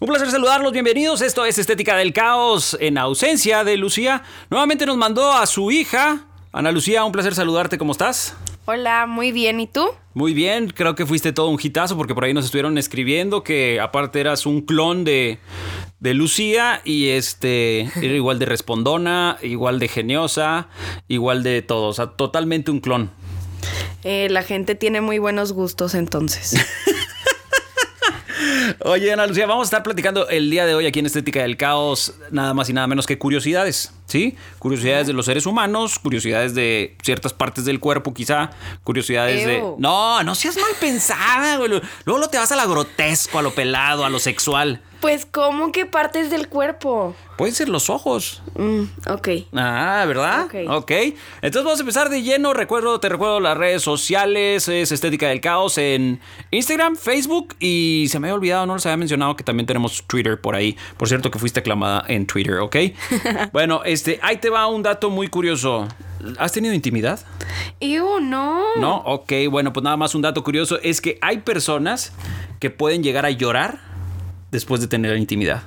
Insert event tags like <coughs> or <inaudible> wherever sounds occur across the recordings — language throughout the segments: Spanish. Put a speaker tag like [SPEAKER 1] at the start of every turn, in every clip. [SPEAKER 1] Un placer saludarlos, bienvenidos. Esto es Estética del Caos en ausencia de Lucía. Nuevamente nos mandó a su hija. Ana Lucía, un placer saludarte, ¿cómo estás?
[SPEAKER 2] Hola, muy bien. ¿Y tú?
[SPEAKER 1] Muy bien, creo que fuiste todo un hitazo porque por ahí nos estuvieron escribiendo que aparte eras un clon de, de Lucía y este era igual de respondona, igual de geniosa, igual de todo, o sea, totalmente un clon.
[SPEAKER 2] Eh, la gente tiene muy buenos gustos entonces.
[SPEAKER 1] <laughs> Oye, Ana Lucía, vamos a estar platicando el día de hoy aquí en Estética del Caos, nada más y nada menos que curiosidades, ¿sí? Curiosidades de los seres humanos, curiosidades de ciertas partes del cuerpo, quizá, curiosidades de.
[SPEAKER 2] Ew.
[SPEAKER 1] No, no seas mal pensada, güey. Luego lo te vas a la grotesco, a lo pelado, a lo sexual.
[SPEAKER 2] pues, ¿cómo que partes del cuerpo?
[SPEAKER 1] Pueden ser los ojos.
[SPEAKER 2] Mm, ok.
[SPEAKER 1] Ah, ¿verdad?
[SPEAKER 2] Ok.
[SPEAKER 1] ok. Entonces vamos a empezar de lleno. Recuerdo, te recuerdo las redes sociales. Es Estética del Caos en Instagram, Facebook y se me había olvidado, no les había mencionado que también tenemos Twitter por ahí. Por cierto, que fuiste aclamada en Twitter, ¿ok? bueno, este, ahí te va un dato muy curioso. ¿Has tenido intimidad?
[SPEAKER 2] Ew, no.
[SPEAKER 1] No, ok. Bueno, pues nada más un dato curioso es que hay personas que pueden llegar a llorar después de tener intimidad.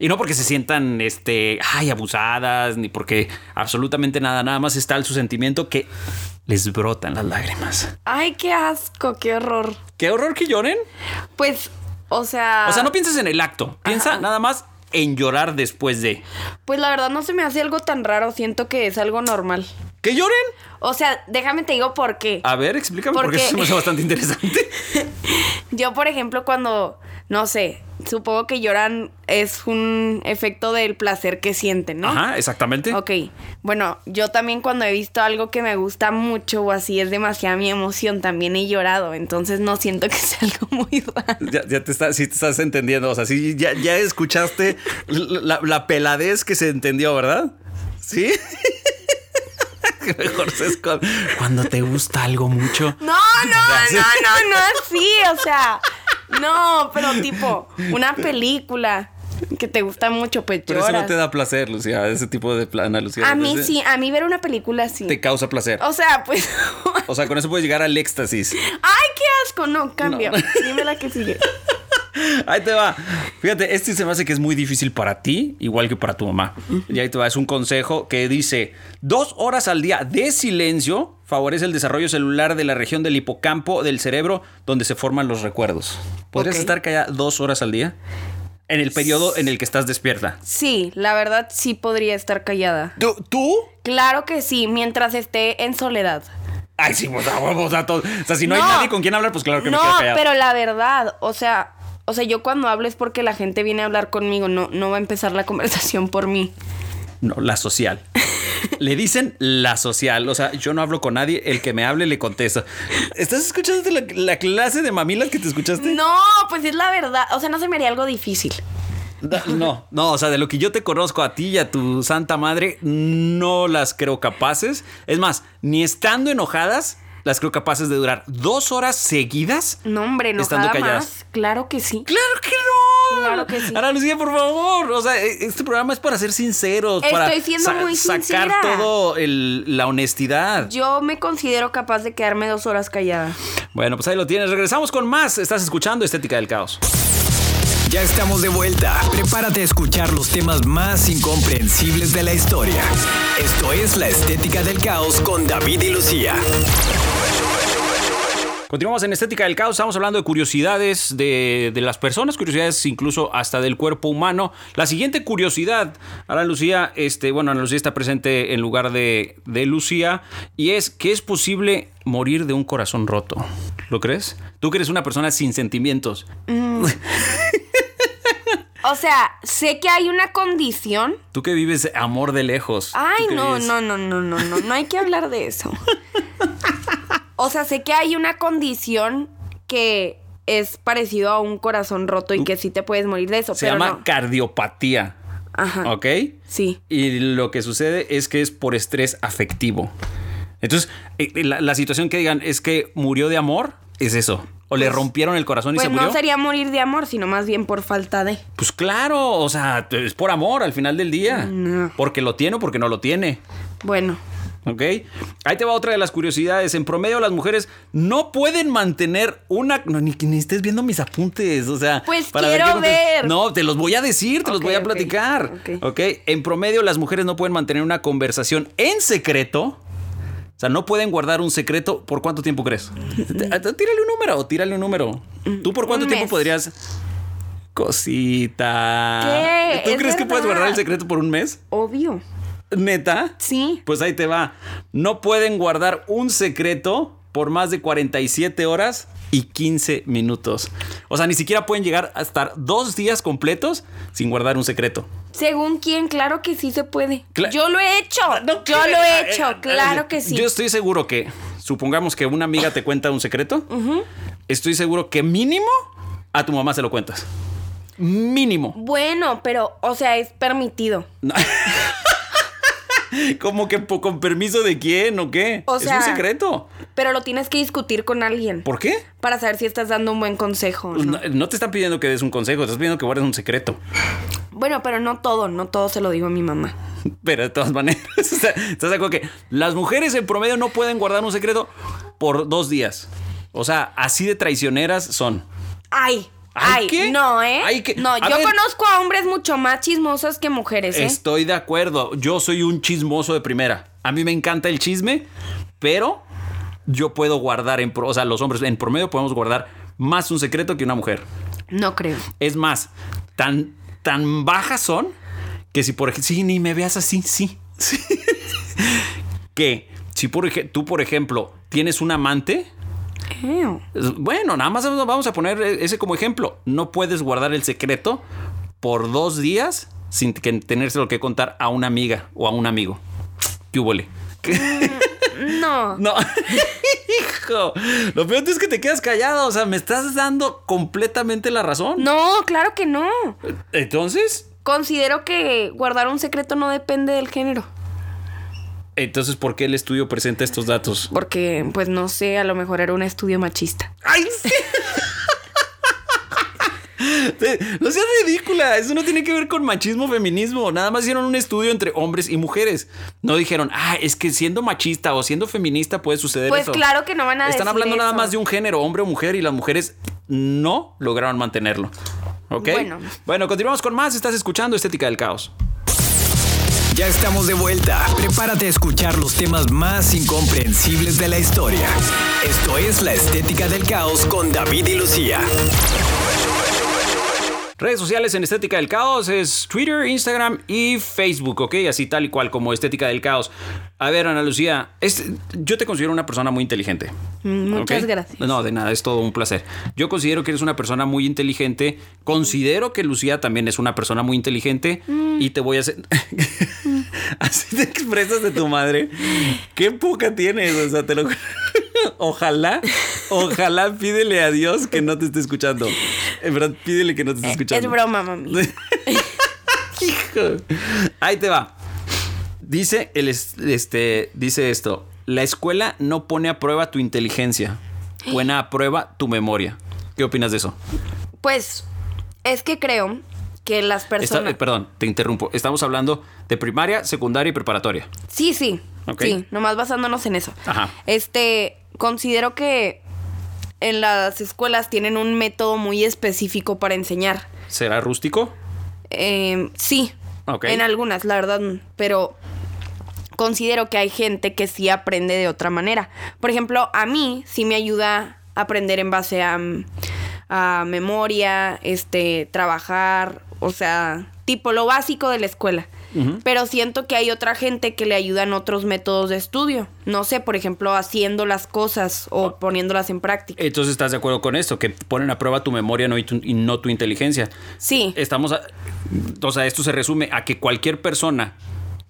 [SPEAKER 1] Y no porque se sientan, este, ay, abusadas, ni porque absolutamente nada, nada más está el su sentimiento que les brotan las lágrimas.
[SPEAKER 2] Ay, qué asco, qué horror.
[SPEAKER 1] Qué horror que lloren.
[SPEAKER 2] Pues, o sea.
[SPEAKER 1] O sea, no pienses en el acto, piensa nada más en llorar después de.
[SPEAKER 2] Pues la verdad no se me hace algo tan raro. Siento que es algo normal.
[SPEAKER 1] ¿Que lloren?
[SPEAKER 2] O sea, déjame te digo por qué.
[SPEAKER 1] A ver, explícame porque
[SPEAKER 2] Porque-
[SPEAKER 1] eso se me hace bastante interesante.
[SPEAKER 2] Yo, por ejemplo, cuando, no sé, supongo que lloran es un efecto del placer que sienten, <laughs> ¿no?
[SPEAKER 1] Ajá, exactamente.
[SPEAKER 2] Ok, bueno, yo también cuando he visto algo que me gusta mucho o así es demasiada mi emoción, también he llorado, entonces no siento que sea <laughs> algo muy raro.
[SPEAKER 1] Ya, ya te, está- sí te estás entendiendo, o sea, sí, ya, ya escuchaste la, la peladez que se entendió, ¿verdad? Sí. <laughs> Mejor se esconde. Cuando te gusta algo mucho. <laughs>
[SPEAKER 2] No, no, no, no, no, sí, o sea, no, pero tipo, una película que te gusta mucho, pues
[SPEAKER 1] Pero eso no
[SPEAKER 2] lloras.
[SPEAKER 1] te da placer, Lucía, ese tipo de plan, Lucía.
[SPEAKER 2] a mí
[SPEAKER 1] Ese
[SPEAKER 2] sí, a mí ver una película sí.
[SPEAKER 1] Te causa placer.
[SPEAKER 2] O sea, pues... <laughs>
[SPEAKER 1] O sea, con eso puedes llegar al éxtasis.
[SPEAKER 2] Ay, qué asco, no, cambio.
[SPEAKER 1] No.
[SPEAKER 2] Dime la que sigue.
[SPEAKER 1] <laughs> Ahí te va. Fíjate, este se me hace que es muy difícil para ti, igual que para tu mamá. Y ahí te va, es un consejo que dice, dos horas al día de silencio favorece el desarrollo celular de la región del hipocampo del cerebro donde se forman los recuerdos. ¿Podrías
[SPEAKER 2] Ok.
[SPEAKER 1] estar callada dos horas al día? En el periodo en el que estás despierta.
[SPEAKER 2] Sí, la verdad sí podría estar callada.
[SPEAKER 1] ¿Tú? ¿Tú?
[SPEAKER 2] Claro que sí, mientras esté en soledad.
[SPEAKER 1] Ay, sí, pues a huevos a todos. O sea, si no, hay
[SPEAKER 2] No.
[SPEAKER 1] nadie con quien hablar, pues claro que me
[SPEAKER 2] No,
[SPEAKER 1] quedo callado.
[SPEAKER 2] pero la verdad, o sea, o sea, yo cuando hablo es porque la gente viene a hablar conmigo, no, no va a empezar la <laughs> conversación por mí.
[SPEAKER 1] No, la social. Le dicen la social. O sea, yo no hablo con nadie. El que me hable le contesta. ¿Estás escuchando la, la clase de mamilas que te escuchaste?
[SPEAKER 2] No, pues es la verdad, o sea, no se me haría algo difícil.
[SPEAKER 1] Da- No, no. O sea, de lo que yo te conozco a ti y a tu santa madre, no las creo capaces. Es más, ni estando enojadas, las creo capaces de durar dos horas seguidas.
[SPEAKER 2] No, hombre, enojada
[SPEAKER 1] Estando calladas.
[SPEAKER 2] más. Claro que sí.
[SPEAKER 1] ¡Claro que no!
[SPEAKER 2] Claro que sí.
[SPEAKER 1] Ana Lucía, por favor. O sea, e- este programa es para ser sinceros. para
[SPEAKER 2] Estoy siendo muy
[SPEAKER 1] sacar
[SPEAKER 2] sincera.
[SPEAKER 1] todo el- la honestidad.
[SPEAKER 2] Yo me considero capaz de quedarme dos horas callada.
[SPEAKER 1] Bueno, pues ahí lo tienes. Regresamos con más. Estás escuchando Estética del Caos.
[SPEAKER 3] Ya estamos de vuelta. Prepárate a escuchar los temas más incomprensibles de la historia. Esto es La Estética del Caos con David y Lucía.
[SPEAKER 1] Continuamos en Estética del Caos. Estamos hablando de curiosidades de, de las personas, curiosidades incluso hasta del cuerpo humano. La siguiente curiosidad, ahora Lucía, este, bueno, Ana Lucía está presente en lugar de, de Lucía, y es que es posible morir de un corazón roto. ¿Lo crees? Tú que eres una persona sin sentimientos.
[SPEAKER 2] O sea, sé que hay una condición.
[SPEAKER 1] Tú que vives amor de lejos.
[SPEAKER 2] Ay,
[SPEAKER 1] Tú que
[SPEAKER 2] no,
[SPEAKER 1] vives-
[SPEAKER 2] no, no, no, no, no, no hay que hablar de eso. O sea, sé que hay una condición que es parecido a un corazón roto y que sí te puedes morir de eso.
[SPEAKER 1] Se
[SPEAKER 2] pero
[SPEAKER 1] llama
[SPEAKER 2] no.
[SPEAKER 1] cardiopatía.
[SPEAKER 2] Ajá.
[SPEAKER 1] ¿Ok?
[SPEAKER 2] Sí.
[SPEAKER 1] Y lo que sucede es que es por estrés afectivo. Entonces, eh, eh, la, la situación que digan es que murió de amor, es eso. O le rompieron el corazón y
[SPEAKER 2] Pues
[SPEAKER 1] se murió.
[SPEAKER 2] no sería morir de amor, sino más bien por falta de.
[SPEAKER 1] Pues claro, o sea, es por amor al final del día.
[SPEAKER 2] No.
[SPEAKER 1] Porque lo tiene o porque no lo tiene.
[SPEAKER 2] Bueno,
[SPEAKER 1] ¿Ok? Ahí te va otra de las curiosidades. En promedio, las mujeres no pueden mantener una. No, ni que ni estés viendo mis apuntes. O sea.
[SPEAKER 2] Pues
[SPEAKER 1] qué
[SPEAKER 2] quiero
[SPEAKER 1] contest-
[SPEAKER 2] ver.
[SPEAKER 1] No, te los voy a decir, te los
[SPEAKER 2] Ok,
[SPEAKER 1] voy a
[SPEAKER 2] ok,
[SPEAKER 1] platicar.
[SPEAKER 2] ok.
[SPEAKER 1] ok. En promedio, las mujeres no pueden mantener una conversación en secreto. O sea, no pueden guardar un secreto. ¿Por cuánto tiempo crees? T- t- Tírale un número, tírale un número. ¿Tú por cuánto
[SPEAKER 2] Mm. Un
[SPEAKER 1] tiempo
[SPEAKER 2] mes.
[SPEAKER 1] podrías.? Cosita.
[SPEAKER 2] ¿Qué?
[SPEAKER 1] ¿Tú
[SPEAKER 2] Es
[SPEAKER 1] crees que puedes
[SPEAKER 2] verdad.
[SPEAKER 1] guardar el secreto por un mes?
[SPEAKER 2] obvio.
[SPEAKER 1] ¿Neta?
[SPEAKER 2] Sí.
[SPEAKER 1] Pues ahí te va. No pueden guardar un secreto por más de 47 horas y 15 minutos. O sea, ni siquiera pueden llegar a estar dos días completos sin guardar un secreto.
[SPEAKER 2] Según quién, claro que sí se puede.
[SPEAKER 1] Cla- Ah,
[SPEAKER 2] Yo lo he hecho. yo lo he hecho, claro que sí.
[SPEAKER 1] Yo estoy seguro que, supongamos que una amiga te cuenta un secreto, estoy seguro que mínimo a tu mamá se lo cuentas. Mínimo.
[SPEAKER 2] Bueno, pero, o sea, es permitido.
[SPEAKER 1] Como que po- con permiso de quién o qué.
[SPEAKER 2] Mm. O sea-
[SPEAKER 1] es un secreto.
[SPEAKER 2] Pero lo tienes que discutir con alguien
[SPEAKER 1] ¿Por qué?
[SPEAKER 2] para saber si estás dando un buen consejo. o
[SPEAKER 1] Pues
[SPEAKER 2] no.
[SPEAKER 1] No, no te están pidiendo que des un consejo, te estás pidiendo que guardes un secreto. <laughs>
[SPEAKER 2] Bueno, pero no todo, no todo se lo digo a mi mamá.
[SPEAKER 1] Pero de todas maneras, <laughs> o sea, ¿estás de acuerdo que las mujeres en promedio no pueden guardar un secreto por dos días? O sea, así de traicioneras son.
[SPEAKER 2] Ay,
[SPEAKER 1] Ay,
[SPEAKER 2] ay,
[SPEAKER 1] ¿qué?
[SPEAKER 2] no, ¿eh?
[SPEAKER 1] Ay, ¿qué?
[SPEAKER 2] No,
[SPEAKER 1] A
[SPEAKER 2] yo
[SPEAKER 1] ver.
[SPEAKER 2] conozco a hombres mucho más chismosos que mujeres, ¿eh?
[SPEAKER 1] Estoy de acuerdo, yo soy un chismoso de primera. A mí me encanta el chisme, pero yo puedo guardar, en pro- o sea, los hombres en promedio podemos guardar más un secreto que una mujer.
[SPEAKER 2] No creo.
[SPEAKER 1] Es más, tan, tan bajas son que si por ejemplo, sí, ni me veas así, sí. sí. <laughs> que si por ej- tú, por ejemplo, tienes un amante,
[SPEAKER 2] Ew.
[SPEAKER 1] es- bueno, nada más vamos a poner ese como ejemplo. No puedes guardar el secreto por dos días sin que tenérselo que contar a una amiga o a un amigo. ¿Qué hubole?
[SPEAKER 2] No.
[SPEAKER 1] No. <laughs> Hijo, lo peor es que te quedas callado, o sea, me estás dando completamente la razón.
[SPEAKER 2] No, claro que no.
[SPEAKER 1] Entonces,
[SPEAKER 2] Considero que guardar un secreto no depende del género.
[SPEAKER 1] Entonces, ¿por qué el estudio presenta estos datos?
[SPEAKER 2] Porque, pues no sé, a lo mejor era un estudio machista.
[SPEAKER 1] <laughs> ¡Ay, sí! No seas ridícula, eso no tiene que ver con machismo feminismo. Nada más hicieron un estudio entre hombres y mujeres. No dijeron, ah, es que siendo machista o siendo feminista puede suceder
[SPEAKER 2] Pues
[SPEAKER 1] eso.
[SPEAKER 2] claro que no van a
[SPEAKER 1] Están
[SPEAKER 2] decir
[SPEAKER 1] hablando nada
[SPEAKER 2] eso.
[SPEAKER 1] más de un género, hombre o mujer, y las mujeres no lograron mantenerlo. ¿Ok?
[SPEAKER 2] Bueno.
[SPEAKER 1] bueno, continuamos con más. Estás escuchando Estética del Caos.
[SPEAKER 3] Ya estamos de vuelta. Prepárate a escuchar los temas más incomprensibles de la historia. Esto es La Estética del Caos con David y Lucía.
[SPEAKER 1] Redes sociales en Estética del Caos es Twitter, Instagram y Facebook, ¿ok? Así tal y cual como Estética del Caos. A ver, Ana Lucía, es- yo te considero una persona muy inteligente.
[SPEAKER 2] Mm, muchas
[SPEAKER 1] ¿ok?
[SPEAKER 2] gracias.
[SPEAKER 1] No, de nada, es todo un placer. Yo considero que eres una persona muy inteligente. Considero que Lucía también es una persona muy inteligente.
[SPEAKER 2] Mm.
[SPEAKER 1] Y te voy a hacer... <laughs> Así te expresas de tu madre. Qué poca tienes, o sea, te lo... Ojalá, ojalá pídele a Dios que no te esté escuchando. En verdad, pídele que no te esté escuchando.
[SPEAKER 2] Eh, Es broma, mami.
[SPEAKER 1] <laughs> Hijo. Ahí te va. Dice el es- este dice esto, la escuela no pone a prueba tu inteligencia, buena a prueba tu memoria. ¿Qué opinas de eso?
[SPEAKER 2] Pues es que creo que las
[SPEAKER 1] Esta-
[SPEAKER 2] personas.
[SPEAKER 1] eh, perdón, te interrumpo. Estamos hablando de primaria, secundaria y preparatoria.
[SPEAKER 2] Sí, sí.
[SPEAKER 1] Ok.
[SPEAKER 2] Sí, nomás basándonos en eso.
[SPEAKER 1] Ajá.
[SPEAKER 2] Este, considero que en las escuelas tienen un método muy específico para enseñar.
[SPEAKER 1] ¿Será rústico?
[SPEAKER 2] Eh, sí.
[SPEAKER 1] Ok.
[SPEAKER 2] En algunas, la verdad, pero considero que hay gente que sí aprende de otra manera. Por ejemplo, a mí sí me ayuda a aprender en base a, mm, a memoria, este, trabajar, o sea, tipo lo básico de la escuela. Pero siento que hay otra gente que le ayudan otros métodos de estudio. No sé, por ejemplo, haciendo las cosas o poniéndolas en práctica.
[SPEAKER 1] Entonces estás de acuerdo con esto, que ponen a prueba tu memoria no y, tu- y no tu inteligencia.
[SPEAKER 2] Sí.
[SPEAKER 1] Estamos, a- o sea, esto se resume a que cualquier persona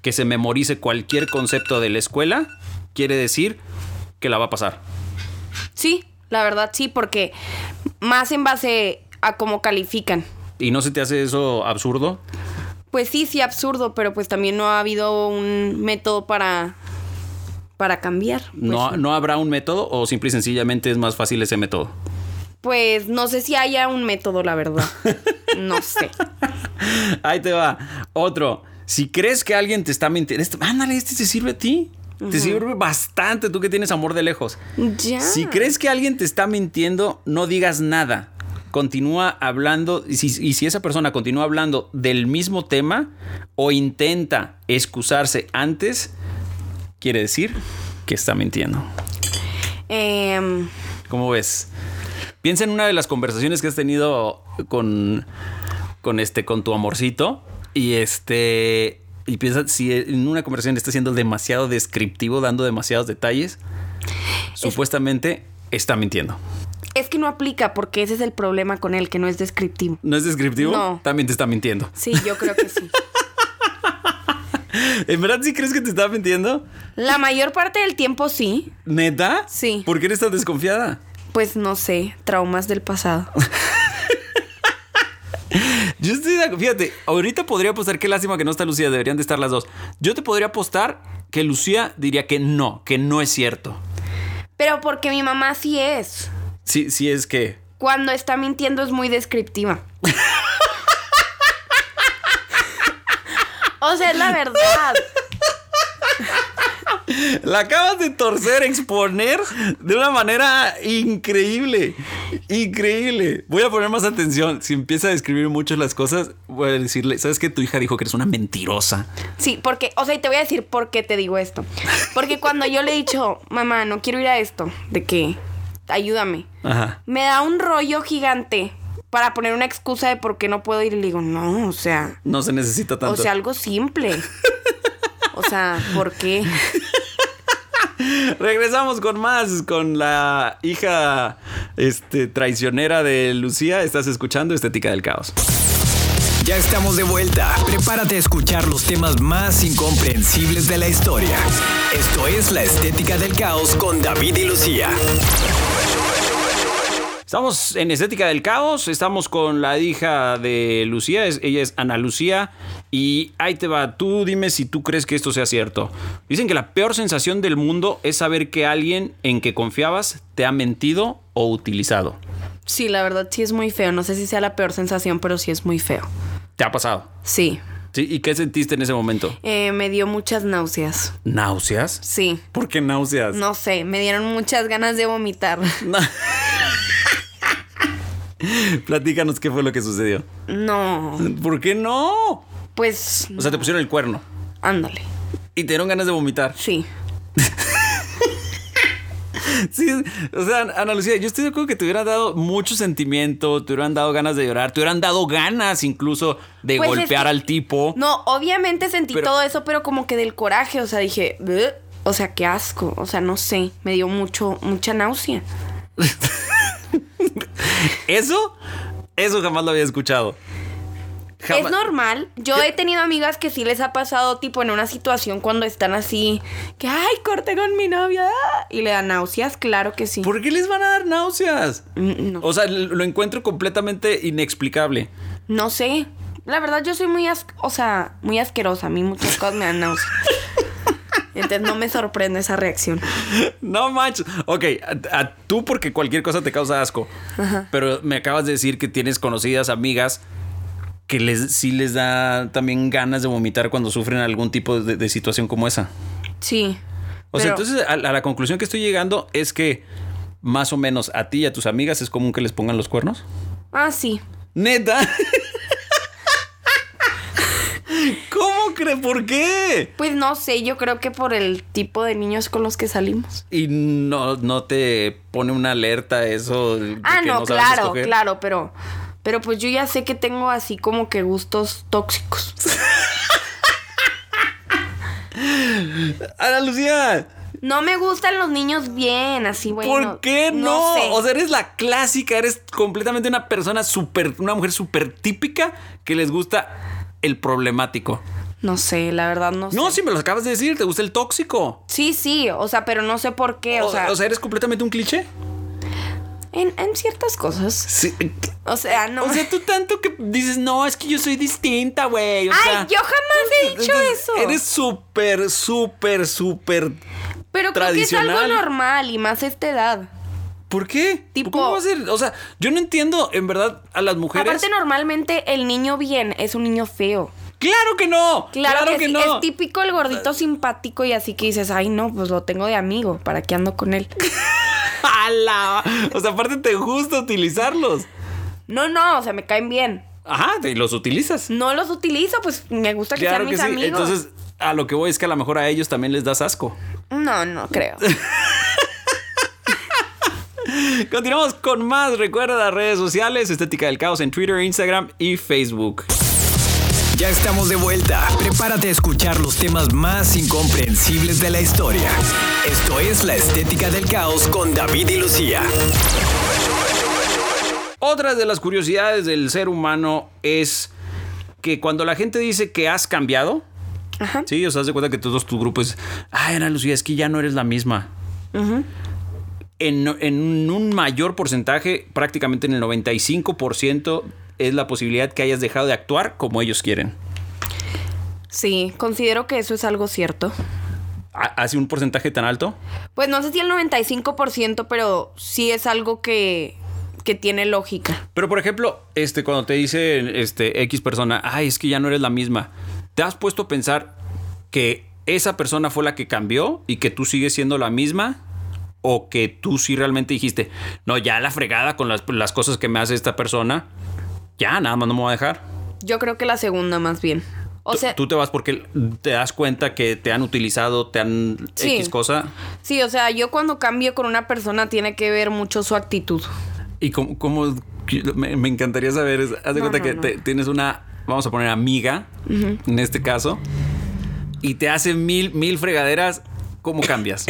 [SPEAKER 1] que se memorice cualquier concepto de la escuela quiere decir que la va a pasar.
[SPEAKER 2] Sí, La verdad sí, porque más en base a cómo califican.
[SPEAKER 1] ¿Y no se te hace eso absurdo?
[SPEAKER 2] Pues sí, sí, absurdo, pero pues también no ha habido un método para, para cambiar. Pues,
[SPEAKER 1] ¿No, ¿No habrá un método o simple y sencillamente es más fácil ese método?
[SPEAKER 2] Pues no sé si haya un método, la verdad. No sé.
[SPEAKER 1] Ahí te va. Otro. Si crees que alguien te está mintiendo, este- ándale, este te sirve a ti. Te sirve bastante, tú que tienes amor de lejos.
[SPEAKER 2] Ya.
[SPEAKER 1] Si crees que alguien te está mintiendo, no digas nada. Continúa hablando y si, y si esa persona continúa hablando del mismo tema o intenta excusarse antes, quiere decir que está mintiendo.
[SPEAKER 2] Em,
[SPEAKER 1] ¿Cómo ves? Piensa en una de las conversaciones que has tenido con, con este, con tu amorcito y este, y piensa si en una conversación está siendo demasiado descriptivo, dando demasiados detalles, supuestamente está mintiendo.
[SPEAKER 2] es que no aplica porque ese es el problema con él, que no es descriptivo.
[SPEAKER 1] ¿No es descriptivo?
[SPEAKER 2] No.
[SPEAKER 1] También te está
[SPEAKER 2] <laughs>
[SPEAKER 1] mintiendo.
[SPEAKER 2] Sí, yo creo que sí.
[SPEAKER 1] ¿En verdad sí crees que te está mintiendo?
[SPEAKER 2] La mayor parte del tiempo sí.
[SPEAKER 1] ¿Neta?
[SPEAKER 2] Sí.
[SPEAKER 1] ¿Por qué eres tan desconfiada?
[SPEAKER 2] Pues no sé, traumas del pasado.
[SPEAKER 1] Yo estoy de acu- Fíjate, ahorita podría apostar, qué lástima que no está Lucía, deberían de estar las dos. Yo te podría apostar que Lucía diría que no, que no es cierto.
[SPEAKER 2] Pero porque mi mamá sí es.
[SPEAKER 1] Sí, sí es que.
[SPEAKER 2] Cuando está mintiendo es muy descriptiva. O sea, es la verdad.
[SPEAKER 1] La acabas de torcer, exponer de una manera increíble. Increíble. Voy a poner más atención. Si empieza a describir mucho las cosas, voy a decirle, ¿sabes qué? Tu hija dijo que eres una mentirosa.
[SPEAKER 2] Sí, porque, o sea, y te voy a decir por qué te digo esto. Porque cuando yo le he dicho, mamá, no quiero ir a esto, de que ayúdame,
[SPEAKER 1] Ajá.
[SPEAKER 2] me da un rollo gigante para poner una excusa de por qué no puedo ir. Y le digo, no, o sea,
[SPEAKER 1] No se necesita tanto.
[SPEAKER 2] o sea, algo simple. O sea, ¿por qué?
[SPEAKER 1] Regresamos con más, con la hija este, traicionera de Lucía. Estás escuchando Estética del Caos.
[SPEAKER 3] Ya estamos de vuelta. Prepárate a escuchar los temas más incomprensibles de la historia. Esto es La Estética del Caos con David y Lucía.
[SPEAKER 1] Estamos en Estética del Caos, estamos con la hija de Lucía, es- ella es Ana Lucía, y ahí te va, tú dime si tú crees que esto sea cierto. Dicen que la peor sensación del mundo es saber que alguien en que confiabas te ha mentido o utilizado.
[SPEAKER 2] Sí, la verdad sí es muy feo. No sé si sea la peor sensación, pero sí es muy feo.
[SPEAKER 1] ¿Te ha pasado?
[SPEAKER 2] Sí,
[SPEAKER 1] ¿Sí? ¿Y qué sentiste en ese momento?
[SPEAKER 2] eh, me dio muchas náuseas.
[SPEAKER 1] ¿Náuseas?
[SPEAKER 2] Sí,
[SPEAKER 1] ¿Por qué náuseas?
[SPEAKER 2] no sé, me dieron muchas ganas de vomitar. <laughs>
[SPEAKER 1] No. <laughs> Platícanos qué fue lo que sucedió.
[SPEAKER 2] No,
[SPEAKER 1] ¿Por qué no?
[SPEAKER 2] pues,
[SPEAKER 1] O sea, te pusieron el cuerno
[SPEAKER 2] ándale.
[SPEAKER 1] y te dieron ganas de vomitar. <laughs>
[SPEAKER 2] Sí,
[SPEAKER 1] Sí, o sea, Ana Lucía, yo estoy de acuerdo que te hubieran dado mucho sentimiento, te hubieran dado ganas de llorar, te hubieran dado ganas incluso de
[SPEAKER 2] Pues es
[SPEAKER 1] golpear
[SPEAKER 2] que-
[SPEAKER 1] al tipo.
[SPEAKER 2] No, obviamente sentí
[SPEAKER 1] Pero-
[SPEAKER 2] todo eso, pero como que del coraje, o sea, dije, "Bleh". o sea, qué asco, o sea, no sé, me dio mucho, mucha náusea.
[SPEAKER 1] Eso, eso jamás lo había escuchado. Jamás-
[SPEAKER 2] Es normal, yo he tenido amigas que sí les ha pasado tipo en una situación cuando están así, que, ay, corté con mi novia, ah", y le da náuseas, claro que sí.
[SPEAKER 1] ¿Por qué les van a dar náuseas?
[SPEAKER 2] Mm, No,
[SPEAKER 1] O sea, lo encuentro completamente inexplicable.
[SPEAKER 2] no sé, la verdad yo soy muy, as- o sea, muy asquerosa, a mí muchas cosas me
[SPEAKER 1] <laughs>
[SPEAKER 2] dan náuseas. Entonces no me sorprende esa reacción.
[SPEAKER 1] No manches. Ok, a, a tú porque cualquier cosa te causa asco. Pero me acabas de decir que tienes conocidas amigas que les, sí les da también ganas de vomitar cuando sufren algún tipo de, de situación como esa.
[SPEAKER 2] Sí.
[SPEAKER 1] O sea,
[SPEAKER 2] pero-
[SPEAKER 1] entonces a, a la conclusión que estoy llegando es que más o menos a ti y a tus amigas es común que les pongan los cuernos.
[SPEAKER 2] Ah, sí.
[SPEAKER 1] Neta. <laughs> ¿Cómo crees? ¿Por qué?
[SPEAKER 2] Pues no sé, yo creo que por el tipo de niños con los que salimos.
[SPEAKER 1] Y no, no te pone una alerta eso. de
[SPEAKER 2] Ah,
[SPEAKER 1] que
[SPEAKER 2] no,
[SPEAKER 1] sabes
[SPEAKER 2] claro,
[SPEAKER 1] escoger?
[SPEAKER 2] claro, pero pero pues yo ya sé que tengo así como que gustos tóxicos.
[SPEAKER 1] Ana Lucía,
[SPEAKER 2] No me gustan los niños bien, así bueno.
[SPEAKER 1] ¿por qué no?
[SPEAKER 2] sé.
[SPEAKER 1] O sea, eres la clásica, eres completamente una persona súper, una mujer súper típica que les gusta el problemático.
[SPEAKER 2] no sé, la verdad no,
[SPEAKER 1] No,
[SPEAKER 2] sé.
[SPEAKER 1] si me lo acabas de decir, te gusta el tóxico.
[SPEAKER 2] Sí, sí, o sea, pero no sé por qué, o, sea,
[SPEAKER 1] eres completamente un cliché.
[SPEAKER 2] En, en ciertas cosas.
[SPEAKER 1] Sí.
[SPEAKER 2] O sea, no. <laughs>
[SPEAKER 1] O sea, tú tanto que dices, no, es que yo soy distinta, güey. o sea,
[SPEAKER 2] Ay, yo jamás he dicho
[SPEAKER 1] entonces,
[SPEAKER 2] eso.
[SPEAKER 1] Eres súper, súper, súper.
[SPEAKER 2] Pero creo que es algo
[SPEAKER 1] tradicional.
[SPEAKER 2] normal y más a esta edad.
[SPEAKER 1] ¿Por qué?
[SPEAKER 2] Tipo-
[SPEAKER 1] ¿Cómo va a ser? O sea, yo no entiendo, en verdad, a las mujeres.
[SPEAKER 2] Aparte, normalmente el niño bien es un niño feo.
[SPEAKER 1] ¡Claro que no!
[SPEAKER 2] Claro, que, sí,
[SPEAKER 1] no!
[SPEAKER 2] Es típico el gordito simpático y así que dices, ay no, pues lo tengo de amigo, ¿para qué
[SPEAKER 1] <laughs>
[SPEAKER 2] ando con él?
[SPEAKER 1] ¡Hala! O sea, aparte te gusta utilizarlos.
[SPEAKER 2] No, no, o sea, me caen bien.
[SPEAKER 1] Ajá, y los utilizas.
[SPEAKER 2] No los utilizo, pues me gusta que
[SPEAKER 1] Claro
[SPEAKER 2] sean
[SPEAKER 1] que
[SPEAKER 2] mis
[SPEAKER 1] sí.
[SPEAKER 2] amigos.
[SPEAKER 1] Entonces, a lo que voy es que a lo mejor a ellos también les das asco.
[SPEAKER 2] No, no
[SPEAKER 1] <laughs>
[SPEAKER 2] creo.
[SPEAKER 1] Continuamos con más. Recuerda las redes sociales, Estética del Caos en Twitter, Instagram y Facebook.
[SPEAKER 3] Ya estamos de vuelta. Prepárate a escuchar los temas más incomprensibles de la historia. Esto es La Estética del Caos con David y Lucía.
[SPEAKER 1] Otra de las curiosidades del ser humano es que cuando la gente dice que has cambiado,
[SPEAKER 2] Ajá.
[SPEAKER 1] sí, o sea, haz de cuenta que todos tus grupos, ay, Ana Lucía, es que ya no eres la misma. en, en un mayor porcentaje, prácticamente en el 95%, es la posibilidad que hayas dejado de actuar como ellos quieren.
[SPEAKER 2] Sí, considero que eso es algo cierto.
[SPEAKER 1] Ha- ¿Hace un porcentaje tan alto?
[SPEAKER 2] Pues no sé si el 95%, pero sí es algo que, que tiene lógica.
[SPEAKER 1] Pero por ejemplo, este, cuando te dice este, X persona, ay, es que ya no eres la misma, ¿te has puesto a pensar que esa persona fue la que cambió y que tú sigues siendo la misma? ¿O que tú sí realmente dijiste, no, ya la fregada con las, las cosas que me hace esta persona, ya nada más no me voy a dejar?
[SPEAKER 2] Yo creo que la segunda más bien. O
[SPEAKER 1] Tú-
[SPEAKER 2] sea,
[SPEAKER 1] tú te vas porque te das cuenta que te han utilizado, te han
[SPEAKER 2] Sí.
[SPEAKER 1] X cosa.
[SPEAKER 2] sí, o sea, yo cuando cambio con una persona tiene que ver mucho su actitud.
[SPEAKER 1] Y como, como- me, me encantaría saber, es- haz de
[SPEAKER 2] No,
[SPEAKER 1] cuenta
[SPEAKER 2] no,
[SPEAKER 1] que
[SPEAKER 2] no.
[SPEAKER 1] te- tienes una, vamos a poner amiga, en este caso, y te hace mil, mil fregaderas, ¿cómo
[SPEAKER 2] <coughs>
[SPEAKER 1] cambias?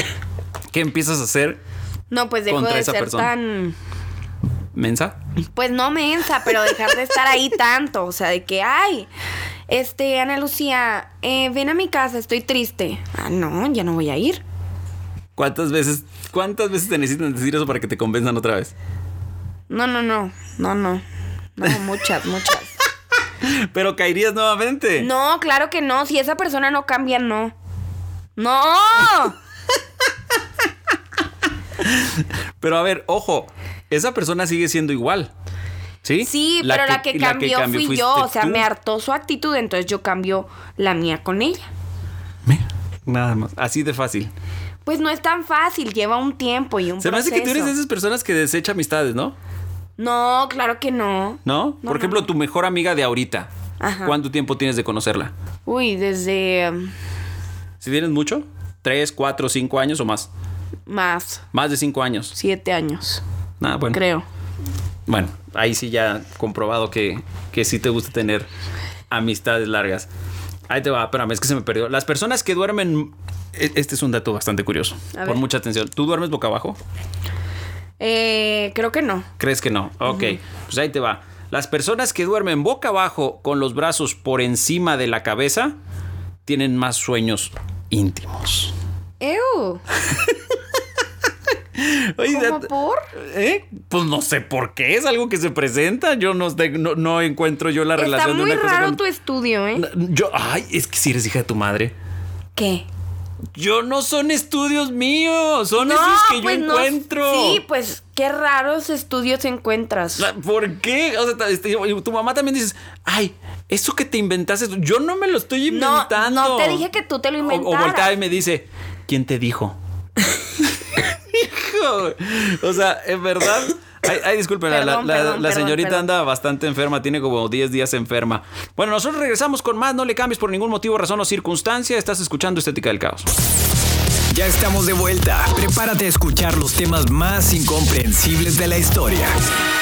[SPEAKER 1] ¿Qué empiezas a hacer?
[SPEAKER 2] No, pues dejo
[SPEAKER 1] Contra
[SPEAKER 2] de
[SPEAKER 1] esa
[SPEAKER 2] ser
[SPEAKER 1] persona.
[SPEAKER 2] tan...
[SPEAKER 1] ¿Mensa?
[SPEAKER 2] Pues no mensa, pero dejar de estar ahí tanto. O sea, de que, ay, este, Ana Lucía, eh, ven a mi casa, estoy triste. Ah, no, ya no voy a ir.
[SPEAKER 1] ¿Cuántas veces, cuántas veces te necesitan decir eso para que te convenzan otra vez?
[SPEAKER 2] No, no, no, no, no. No,
[SPEAKER 1] <laughs>
[SPEAKER 2] muchas, muchas.
[SPEAKER 1] Pero caerías nuevamente.
[SPEAKER 2] No, claro que no. Si esa persona no cambia, no. ¡No!
[SPEAKER 1] Pero a ver, ojo, esa persona sigue siendo igual. ¿Sí?
[SPEAKER 2] Sí, pero la que cambió fui yo.
[SPEAKER 1] fuiste
[SPEAKER 2] O sea,
[SPEAKER 1] tú.
[SPEAKER 2] me hartó su actitud, entonces yo cambio la mía con ella.
[SPEAKER 1] Mira, nada más. Así de fácil.
[SPEAKER 2] Pues no es tan fácil, lleva un tiempo y un
[SPEAKER 1] Se me hace que tú eres de
[SPEAKER 2] proceso.
[SPEAKER 1] esas personas que desecha amistades, ¿no?
[SPEAKER 2] No, claro que no.
[SPEAKER 1] ¿No?
[SPEAKER 2] No,
[SPEAKER 1] Por
[SPEAKER 2] no,
[SPEAKER 1] ejemplo,
[SPEAKER 2] no.
[SPEAKER 1] tu mejor amiga de ahorita.
[SPEAKER 2] Ajá.
[SPEAKER 1] ¿Cuánto tiempo tienes de conocerla?
[SPEAKER 2] Uy, desde um,
[SPEAKER 1] Si tienes mucho, tres, cuatro, cinco años o más.
[SPEAKER 2] más
[SPEAKER 1] Más de cinco años.
[SPEAKER 2] siete años,
[SPEAKER 1] Nada, bueno.
[SPEAKER 2] creo.
[SPEAKER 1] Bueno, ahí sí ya comprobado que, que sí te gusta tener amistades largas. Ahí te va, espérame, es que se me perdió. Las personas que duermen. e- Este es un dato bastante curioso.
[SPEAKER 2] A ver.
[SPEAKER 1] Pon mucha atención. ¿Tú duermes boca abajo?
[SPEAKER 2] Eh, creo que no.
[SPEAKER 1] ¿Crees que no? Ok, pues ahí te va. Las personas que duermen boca abajo con los brazos por encima de la cabeza tienen más sueños íntimos.
[SPEAKER 2] ¡Ew!
[SPEAKER 1] <laughs> Oye,
[SPEAKER 2] ¿Cómo
[SPEAKER 1] dat-
[SPEAKER 2] por?
[SPEAKER 1] ¿eh? Pues no sé por qué, es algo que se presenta. Yo no, sé- no, no encuentro yo la
[SPEAKER 2] Está
[SPEAKER 1] relación
[SPEAKER 2] muy
[SPEAKER 1] de una cosa
[SPEAKER 2] raro
[SPEAKER 1] con-
[SPEAKER 2] tu estudio, ¿eh?
[SPEAKER 1] Yo, ay, es que si eres hija de tu madre.
[SPEAKER 2] ¿Qué?
[SPEAKER 1] Pues Yo no son estudios míos, son esos que
[SPEAKER 2] pues
[SPEAKER 1] yo
[SPEAKER 2] no.
[SPEAKER 1] encuentro.
[SPEAKER 2] Sí, pues qué raros estudios encuentras.
[SPEAKER 1] La- ¿Por qué? O sea, ta- este, y tu mamá también dices, ay, eso que te inventaste, yo no me lo estoy
[SPEAKER 2] No,
[SPEAKER 1] inventando.
[SPEAKER 2] no te dije que tú te lo
[SPEAKER 1] O- O,
[SPEAKER 2] inventaras.
[SPEAKER 1] voltea y me dice, ¿quién te
[SPEAKER 2] <laughs>
[SPEAKER 1] dijo? Hijo. O sea, en verdad. Ay, ay, disculpen, la-
[SPEAKER 2] Perdón,
[SPEAKER 1] la, la-
[SPEAKER 2] perdón,
[SPEAKER 1] la
[SPEAKER 2] perdón,
[SPEAKER 1] señorita
[SPEAKER 2] perdón.
[SPEAKER 1] anda bastante enferma, tiene como 10 días enferma. Bueno, nosotros regresamos con más, no le cambies por ningún motivo, razón o circunstancia. Estás escuchando Estética del Caos.
[SPEAKER 3] Ya estamos de vuelta. Prepárate a escuchar los temas más incomprensibles de la historia.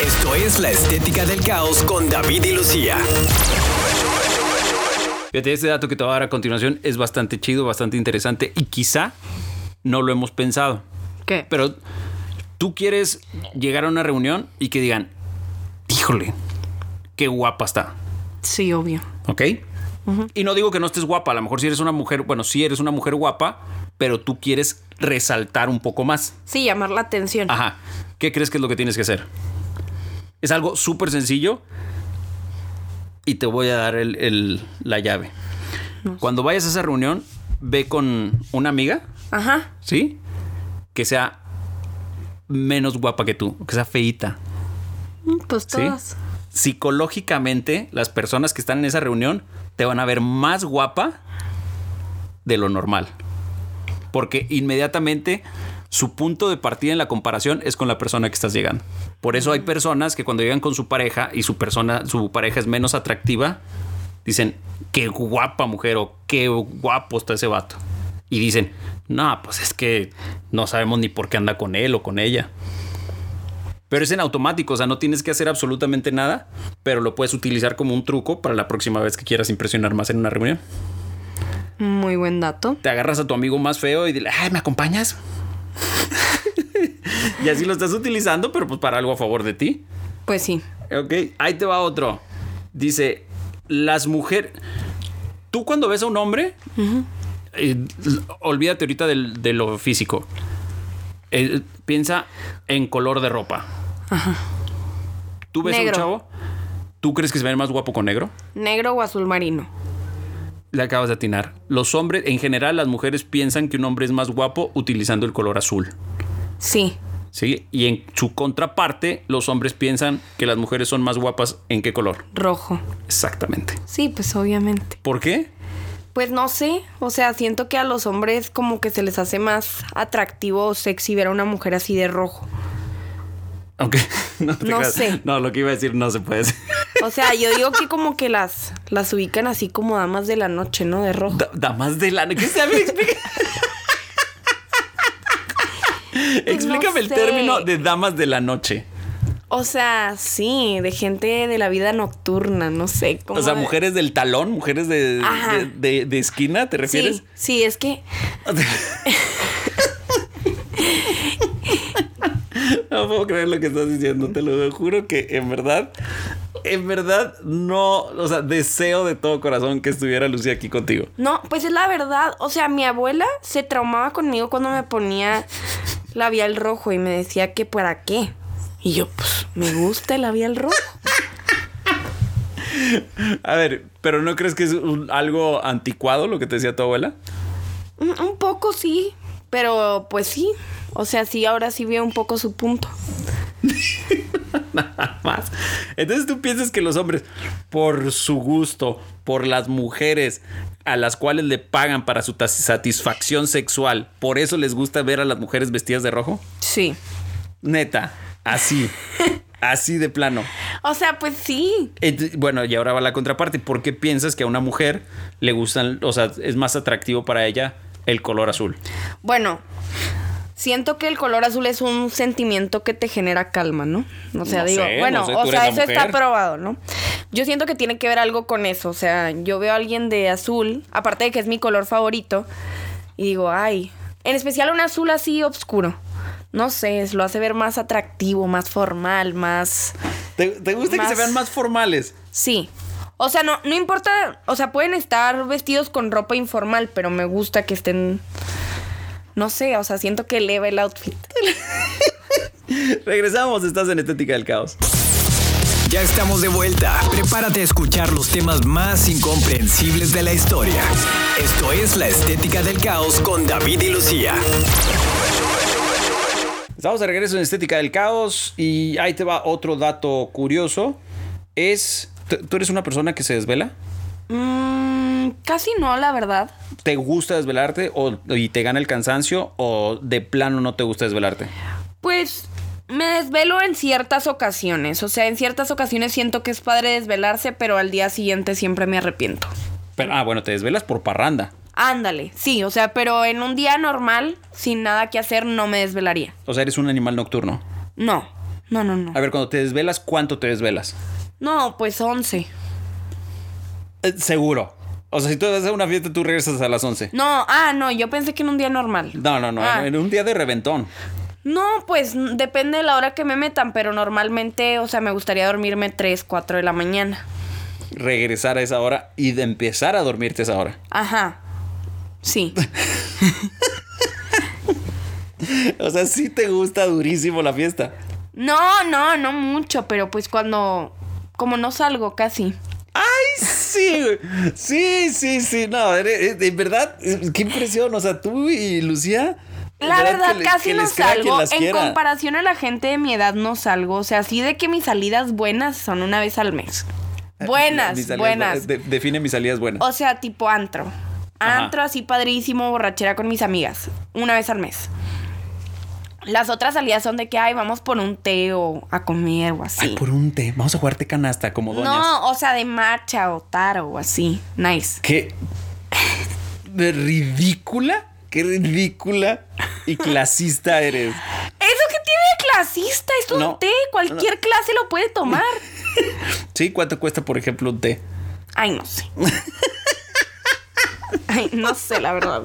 [SPEAKER 3] Esto es La Estética del Caos con David y Lucía.
[SPEAKER 1] Fíjate, este dato que te voy a dar a continuación es bastante chido, bastante interesante y quizá no lo hemos pensado.
[SPEAKER 2] ¿Qué?
[SPEAKER 1] Pero tú quieres llegar a una reunión y que digan, híjole, qué guapa está,
[SPEAKER 2] Sí, obvio.
[SPEAKER 1] ¿ok? Y no digo que no estés guapa, a lo mejor si eres una mujer, bueno, si eres una mujer guapa, pero tú quieres resaltar un poco más.
[SPEAKER 2] Sí, llamar la atención.
[SPEAKER 1] Ajá. ¿Qué crees que es lo que tienes que hacer? Es algo súper sencillo y te voy a dar el- el- la llave. Cuando vayas a esa reunión, ve con una amiga,
[SPEAKER 2] Ajá.
[SPEAKER 1] ¿sí? Que sea menos guapa que tú, que sea feíta.
[SPEAKER 2] Mm, Pues
[SPEAKER 1] ¿sí?
[SPEAKER 2] todas.
[SPEAKER 1] Psicológicamente, las personas que están en esa reunión te van a ver más guapa de lo normal. Porque inmediatamente su punto de partida en la comparación es con la persona que estás llegando. Por eso hay personas que cuando llegan con su pareja y su persona, su pareja es menos atractiva, dicen, qué guapa mujer o qué guapo está ese vato. Y dicen, no, pues es que no sabemos ni por qué anda con él o con ella. Pero es en automático, o sea, no tienes que hacer absolutamente nada, pero lo puedes utilizar como un truco para la próxima vez que quieras impresionar más en una reunión.
[SPEAKER 2] Muy buen dato.
[SPEAKER 1] Te agarras a tu amigo más feo y dile, ay, ¿me acompañas? <laughs> y así lo estás utilizando, pero pues para algo a favor de ti.
[SPEAKER 2] Pues sí.
[SPEAKER 1] Ok, ahí te va otro. Dice, las mujeres... Tú cuando ves a un hombre, eh, l- olvídate ahorita del- de lo físico. Eh, piensa en color de ropa. Tú ves
[SPEAKER 2] Negro.
[SPEAKER 1] a un chavo, ¿tú crees que se ve más guapo con negro?
[SPEAKER 2] Negro o azul marino.
[SPEAKER 1] Le acabas de atinar. Los hombres, en general, las mujeres piensan que un hombre es más guapo utilizando el color azul.
[SPEAKER 2] Sí.
[SPEAKER 1] ¿Sí? Y en su contraparte, los hombres piensan que las mujeres son más guapas en qué color.
[SPEAKER 2] Rojo.
[SPEAKER 1] Exactamente.
[SPEAKER 2] Sí, pues obviamente.
[SPEAKER 1] ¿Por qué?
[SPEAKER 2] Pues no sé. O sea, siento que a los hombres como que se les hace más atractivo o sexy ver a una mujer así de rojo.
[SPEAKER 1] Aunque <laughs> no, te
[SPEAKER 2] No
[SPEAKER 1] creas.
[SPEAKER 2] sé.
[SPEAKER 1] No, lo que iba a decir no se puede
[SPEAKER 2] <laughs>
[SPEAKER 1] decir.
[SPEAKER 2] O sea, yo digo que como que las, las ubican así como damas de la noche, ¿no?
[SPEAKER 1] <laughs>
[SPEAKER 2] De rojo.
[SPEAKER 1] Da- Damas de lana. ¿Qué se me explica? Explícame el
[SPEAKER 2] Pues sé.
[SPEAKER 1] término de damas de la noche.
[SPEAKER 2] O sea, sí, de gente de la vida nocturna, no sé. Como
[SPEAKER 1] O sea,
[SPEAKER 2] de-
[SPEAKER 1] mujeres del talón, mujeres de,
[SPEAKER 2] Ajá.
[SPEAKER 1] de, de- de esquina, ¿te refieres? <laughs>
[SPEAKER 2] Sí, sí, es que
[SPEAKER 1] No puedo creer lo que estás diciendo, te lo juro que en verdad, en verdad no, o sea, deseo de todo corazón que estuviera Lucía aquí contigo.
[SPEAKER 2] No, pues es la verdad. O sea, mi abuela se traumaba conmigo cuando me ponía labial rojo y me decía que para qué. Y yo, pues, me gusta el labial rojo.
[SPEAKER 1] A ver, pero ¿no crees que es un- algo anticuado lo que te decía tu abuela?
[SPEAKER 2] Un, un poco sí, pero pues sí. O sea, sí, ahora sí veo un poco su punto.
[SPEAKER 1] Nada <laughs> más. Entonces tú piensas que los hombres, por su gusto, por las mujeres a las cuales le pagan para su tas- satisfacción sexual, por eso les gusta ver a las mujeres vestidas de rojo?
[SPEAKER 2] Sí.
[SPEAKER 1] Neta, así, así de plano.
[SPEAKER 2] O sea, pues sí.
[SPEAKER 1] Ent- Bueno, y ahora va la contraparte. ¿Por qué piensas que a una mujer le gustan, o sea, es más atractivo para ella el color azul?
[SPEAKER 2] Bueno, siento que el color azul es un sentimiento que te genera calma, ¿no? O sea,
[SPEAKER 1] No
[SPEAKER 2] digo,
[SPEAKER 1] sé,
[SPEAKER 2] bueno,
[SPEAKER 1] no sé, tú
[SPEAKER 2] o
[SPEAKER 1] eres
[SPEAKER 2] sea,
[SPEAKER 1] la
[SPEAKER 2] eso está
[SPEAKER 1] mujer.
[SPEAKER 2] probado, ¿no? Yo siento que tiene que ver algo con eso. O sea, yo veo a alguien de azul, aparte de que es mi color favorito, y digo, ay, en especial un azul así oscuro. No sé, es- lo hace ver más atractivo, más formal, más...
[SPEAKER 1] ¿Te, te gusta que
[SPEAKER 2] Más-
[SPEAKER 1] se vean más formales?
[SPEAKER 2] Sí. O sea, no, no importa, o sea, pueden estar vestidos con ropa informal, pero me gusta que estén... No sé, o sea, siento que eleva el outfit.
[SPEAKER 1] Regresamos, estás en Estética del Caos.
[SPEAKER 3] Ya estamos de vuelta. Prepárate a escuchar los temas más incomprensibles de la historia. Esto es La Estética del Caos con David y Lucía.
[SPEAKER 1] Estamos Pues de regreso en Estética del Caos y ahí te va otro dato curioso. Es, ¿tú- ¿tú eres una persona que se desvela?
[SPEAKER 2] Mm, casi no, la verdad.
[SPEAKER 1] ¿Te gusta desvelarte o, y te gana el cansancio o de plano no te gusta desvelarte?
[SPEAKER 2] Pues me desvelo en ciertas ocasiones. O sea, en ciertas ocasiones siento que es padre desvelarse, pero al día siguiente siempre me arrepiento.
[SPEAKER 1] Pero, ah, bueno, te desvelas por parranda.
[SPEAKER 2] Ándale, sí, o sea, pero en un día normal, sin nada que hacer, no me desvelaría.
[SPEAKER 1] O sea, eres un animal nocturno.
[SPEAKER 2] No, no, no, no.
[SPEAKER 1] A ver, cuando te desvelas, ¿cuánto te desvelas?
[SPEAKER 2] No, pues 11.
[SPEAKER 1] Eh, seguro. O sea, si tú vas a una fiesta, tú regresas a las 11.
[SPEAKER 2] No, ah, no, yo pensé que en un día normal.
[SPEAKER 1] No, no, no.
[SPEAKER 2] Ah.
[SPEAKER 1] en- En un día de reventón.
[SPEAKER 2] No, pues n- depende de la hora que me metan, pero normalmente, o sea, me gustaría dormirme 3, 4 de la mañana.
[SPEAKER 1] Regresar a <laughs> esa hora y de empezar a dormirte a esa hora.
[SPEAKER 2] Ajá. Sí.
[SPEAKER 1] <laughs> O sea, sí te gusta durísimo la fiesta.
[SPEAKER 2] No, no, no mucho, pero pues cuando. Como no salgo casi.
[SPEAKER 1] ¡Ay, sí! güey. Sí, sí, sí. No, eres- en verdad, eh, qué impresión. O sea, tú y Lucía. en
[SPEAKER 2] La
[SPEAKER 1] que
[SPEAKER 2] verdad,
[SPEAKER 1] le-
[SPEAKER 2] casi
[SPEAKER 1] que
[SPEAKER 2] no
[SPEAKER 1] les queda quien
[SPEAKER 2] salgo.
[SPEAKER 1] las
[SPEAKER 2] En
[SPEAKER 1] quiera.
[SPEAKER 2] comparación a la gente de mi edad, no salgo. O sea, sí de que mis salidas buenas son una vez al mes.
[SPEAKER 1] Eh, Mis
[SPEAKER 2] Buenas,
[SPEAKER 1] salidas
[SPEAKER 2] buenas. Oh,
[SPEAKER 1] bu- de- define mis salidas buenas.
[SPEAKER 2] O sea, tipo antro.
[SPEAKER 4] Ajá.
[SPEAKER 2] Antro así padrísimo, borrachera con mis amigas. Una vez al mes. Las otras salidas son de que, ay, vamos por un té o a comer o así.
[SPEAKER 1] Ay, por un té. Vamos a jugarte canasta como doñas.
[SPEAKER 2] no, o sea, de marcha o taro o así. Nice.
[SPEAKER 1] Qué de ridícula. Qué ridícula y clasista eres.
[SPEAKER 2] ¿Eso que tiene de clasista? Es un
[SPEAKER 1] No,
[SPEAKER 2] té. Cualquier clase lo puede tomar.
[SPEAKER 1] Sí, ¿cuánto cuesta, por ejemplo, un té?
[SPEAKER 2] Ay,
[SPEAKER 1] <laughs>
[SPEAKER 2] no sé. Ay, no sé, la verdad.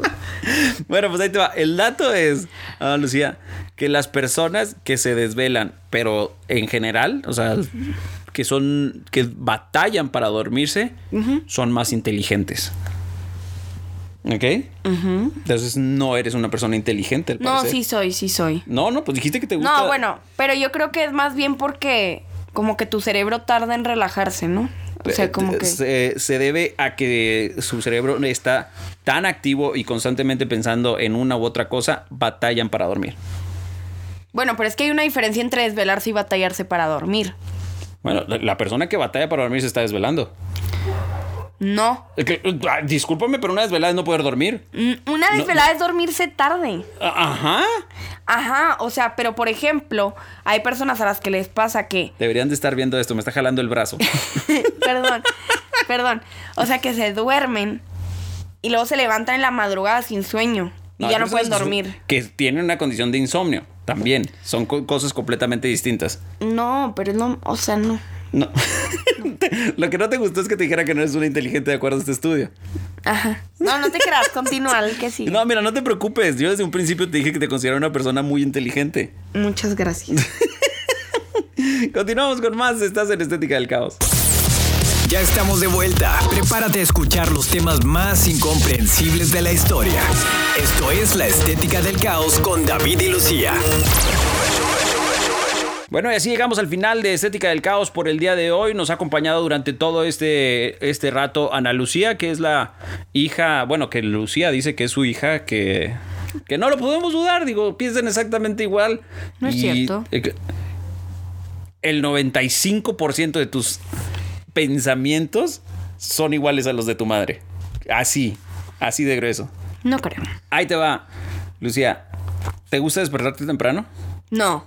[SPEAKER 1] Bueno, pues ahí te va. El dato es, ah, Lucía, que las personas que se desvelan, pero en general, o sea, que son, que batallan para dormirse, son más inteligentes. ¿Ok? Entonces no eres una persona inteligente, al
[SPEAKER 2] No,
[SPEAKER 1] parecer.
[SPEAKER 2] sí soy, sí soy.
[SPEAKER 1] No, no, pues dijiste que te gusta.
[SPEAKER 2] No, bueno, pero yo creo que es más bien porque como que tu cerebro tarda en relajarse, ¿no? O sea, como que...
[SPEAKER 1] Eh, se, se debe a que su cerebro está tan activo y constantemente pensando en una u otra cosa, batallan para dormir.
[SPEAKER 2] Bueno, pero es que hay una diferencia entre desvelarse y batallarse para dormir.
[SPEAKER 1] Bueno, la, la persona que batalla para dormir se está desvelando.
[SPEAKER 2] No.
[SPEAKER 1] Eh, que, eh, ah, discúlpame, pero una desvelada es no poder dormir.
[SPEAKER 2] Mm, Una desvelada es dormirse tarde.
[SPEAKER 1] A- Ajá.
[SPEAKER 2] Ajá, o sea, pero por ejemplo, hay personas a las que les pasa que <laughs>
[SPEAKER 1] Deberían de estar viendo esto, me está jalando el brazo.
[SPEAKER 2] perdón, perdón. O sea, que se duermen y luego se levantan en la madrugada sin sueño y ya
[SPEAKER 1] hay
[SPEAKER 2] no pueden
[SPEAKER 1] personas
[SPEAKER 2] dormir.
[SPEAKER 1] Que tienen una condición de insomnio también. Son co- cosas completamente distintas.
[SPEAKER 2] No, pero no, o sea, no.
[SPEAKER 1] No. <laughs> Lo que no te gustó es que te dijera que no eres una inteligente de acuerdo a este estudio.
[SPEAKER 2] Ajá. No, no te creas, continúa, el que sí.
[SPEAKER 1] No, mira, no te preocupes. Yo desde un principio te dije que te considero una persona muy inteligente.
[SPEAKER 2] Muchas gracias.
[SPEAKER 1] Continuamos con más. Estás en Estética del Caos.
[SPEAKER 3] Ya estamos de vuelta. Prepárate a escuchar los temas más incomprensibles de la historia. Esto es La Estética del Caos con David y Lucía.
[SPEAKER 1] Bueno, y así llegamos al final de Estética del Caos por el día de hoy. Nos ha acompañado durante todo este, este rato Ana Lucía, que es la hija, bueno, que Lucía dice que es su hija, que, que no lo podemos dudar, digo, piensan exactamente igual.
[SPEAKER 2] No es
[SPEAKER 1] Y,
[SPEAKER 2] cierto.
[SPEAKER 1] eh, que- El 95% de tus pensamientos son iguales a los de tu madre. Así, así de grueso.
[SPEAKER 2] No creo.
[SPEAKER 1] Ahí te va, Lucía. ¿Te gusta despertarte temprano?
[SPEAKER 2] No,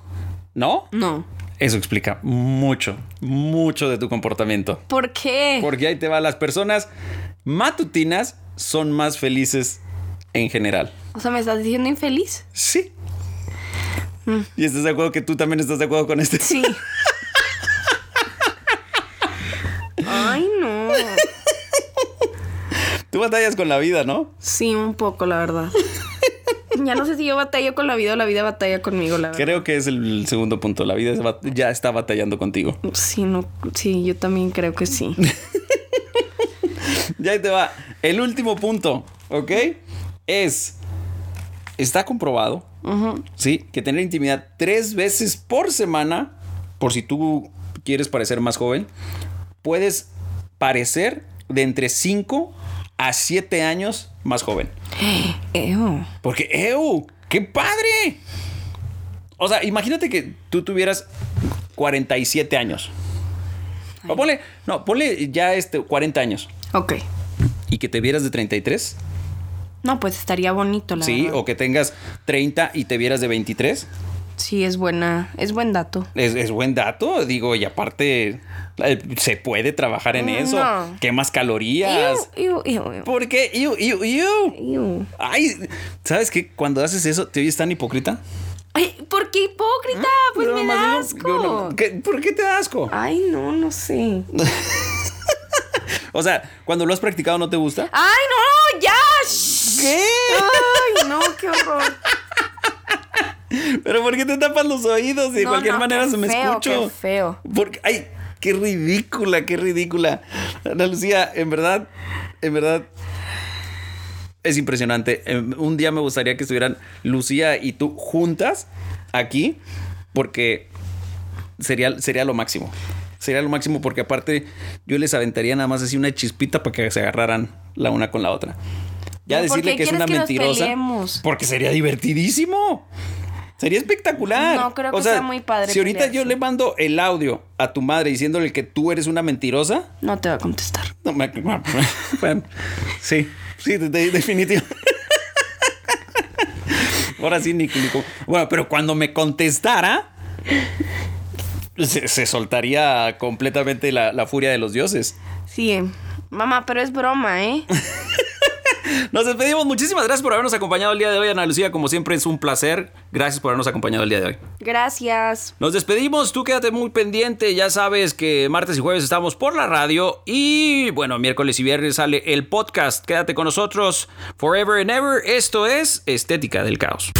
[SPEAKER 1] ¿No?
[SPEAKER 2] no.
[SPEAKER 1] Eso explica mucho, mucho de tu comportamiento.
[SPEAKER 2] ¿Por qué?
[SPEAKER 1] Porque ahí te va, las personas matutinas son más felices en general.
[SPEAKER 2] O sea, ¿me estás diciendo infeliz?
[SPEAKER 1] Sí. ¿Y estás de acuerdo que tú también estás de acuerdo con este?
[SPEAKER 2] Sí. Ay, no.
[SPEAKER 1] Tú batallas con la vida, ¿no?
[SPEAKER 2] Sí, un poco, la verdad. Ya no sé si yo batallo con la vida o la vida batalla conmigo, la verdad.
[SPEAKER 1] Creo que es el segundo punto. La vida es bat- ya está batallando contigo.
[SPEAKER 2] Sí, no, sí, yo también creo que sí.
[SPEAKER 1] <laughs> Ya ahí te va. El último punto, ¿ok? Es, está comprobado, ¿sí? Que tener intimidad tres veces por semana, por si tú quieres parecer más joven, puedes parecer de entre 5 a 7 años más joven.
[SPEAKER 2] Ew.
[SPEAKER 1] Porque, ¡ew! ¡Qué padre! O sea, imagínate que tú tuvieras 47 años. O ponle, no, ponle ya este 40 años
[SPEAKER 2] Ok.
[SPEAKER 1] y que te vieras de 33,
[SPEAKER 2] No, pues estaría bonito, la
[SPEAKER 1] ¿sí?
[SPEAKER 2] verdad.
[SPEAKER 1] O que tengas 30 y te vieras de 23,
[SPEAKER 2] Sí, es buena, es buen dato.
[SPEAKER 1] es, es buen dato, digo, y aparte eh, se puede trabajar en
[SPEAKER 2] Mm,
[SPEAKER 1] eso,
[SPEAKER 2] no.
[SPEAKER 1] quemas
[SPEAKER 2] Ew,
[SPEAKER 1] calorías.
[SPEAKER 2] ew, ew, ew.
[SPEAKER 1] Porque, iu, iu, iu.
[SPEAKER 2] Ew.
[SPEAKER 1] Ay, ¿sabes qué? Cuando haces eso, ¿te oyes tan hipócrita?
[SPEAKER 2] Ay, ¿por qué hipócrita? Pues
[SPEAKER 1] ¿Eh? No,
[SPEAKER 2] me
[SPEAKER 1] más
[SPEAKER 2] da
[SPEAKER 1] digo,
[SPEAKER 2] asco.
[SPEAKER 1] digo, no, ¿qué- ¿Por qué te da asco?
[SPEAKER 2] Ay, no, no sé.
[SPEAKER 1] O sea, cuando lo has practicado, ¿no te gusta?
[SPEAKER 2] Ay, no, ya. shh.
[SPEAKER 1] ¿Qué?
[SPEAKER 2] Ay, no, qué horror.
[SPEAKER 1] ¿Pero por qué te tapas los oídos? Y de
[SPEAKER 2] No,
[SPEAKER 1] cualquier
[SPEAKER 2] no,
[SPEAKER 1] manera
[SPEAKER 2] qué
[SPEAKER 1] se me
[SPEAKER 2] feo,
[SPEAKER 1] escucho.
[SPEAKER 2] qué feo.
[SPEAKER 1] Porque, ay, qué ridícula, qué ridícula. Ana Lucía, en verdad, en verdad. es impresionante. Eh, Un día me gustaría que estuvieran Lucía y tú juntas aquí porque sería, sería lo máximo. Sería lo máximo porque aparte yo les aventaría nada más así una chispita para que se agarraran la una con la otra. Ya
[SPEAKER 2] ¿Pero por
[SPEAKER 1] decirle
[SPEAKER 2] qué
[SPEAKER 1] que es
[SPEAKER 2] quieres
[SPEAKER 1] una
[SPEAKER 2] que nos
[SPEAKER 1] mentirosa.
[SPEAKER 2] peleemos?
[SPEAKER 1] Porque sería divertidísimo. Sería espectacular.
[SPEAKER 2] No, creo que sea muy padre
[SPEAKER 1] Si ahorita yo
[SPEAKER 2] pelearse.
[SPEAKER 1] le mando el audio a tu madre diciéndole que tú eres una mentirosa,
[SPEAKER 2] No te va a contestar.
[SPEAKER 1] no me. <laughs> Bueno, sí, sí, de- de- definitivo. <laughs> Ahora sí, ni, ni como- Bueno, pero cuando me contestara, se, se soltaría completamente la, la furia de los dioses.
[SPEAKER 2] Sí, eh. mamá, pero es broma, ¿eh?
[SPEAKER 5] Nos despedimos. Muchísimas gracias por habernos acompañado el día de hoy, Ana Lucía. Como siempre, es un placer. Gracias por habernos acompañado el día de hoy.
[SPEAKER 2] Gracias.
[SPEAKER 5] Nos despedimos, tú quédate muy pendiente, ya sabes que martes y jueves estamos por la radio y bueno, miércoles y viernes sale el podcast, quédate con nosotros forever and ever, esto es Estética del Caos.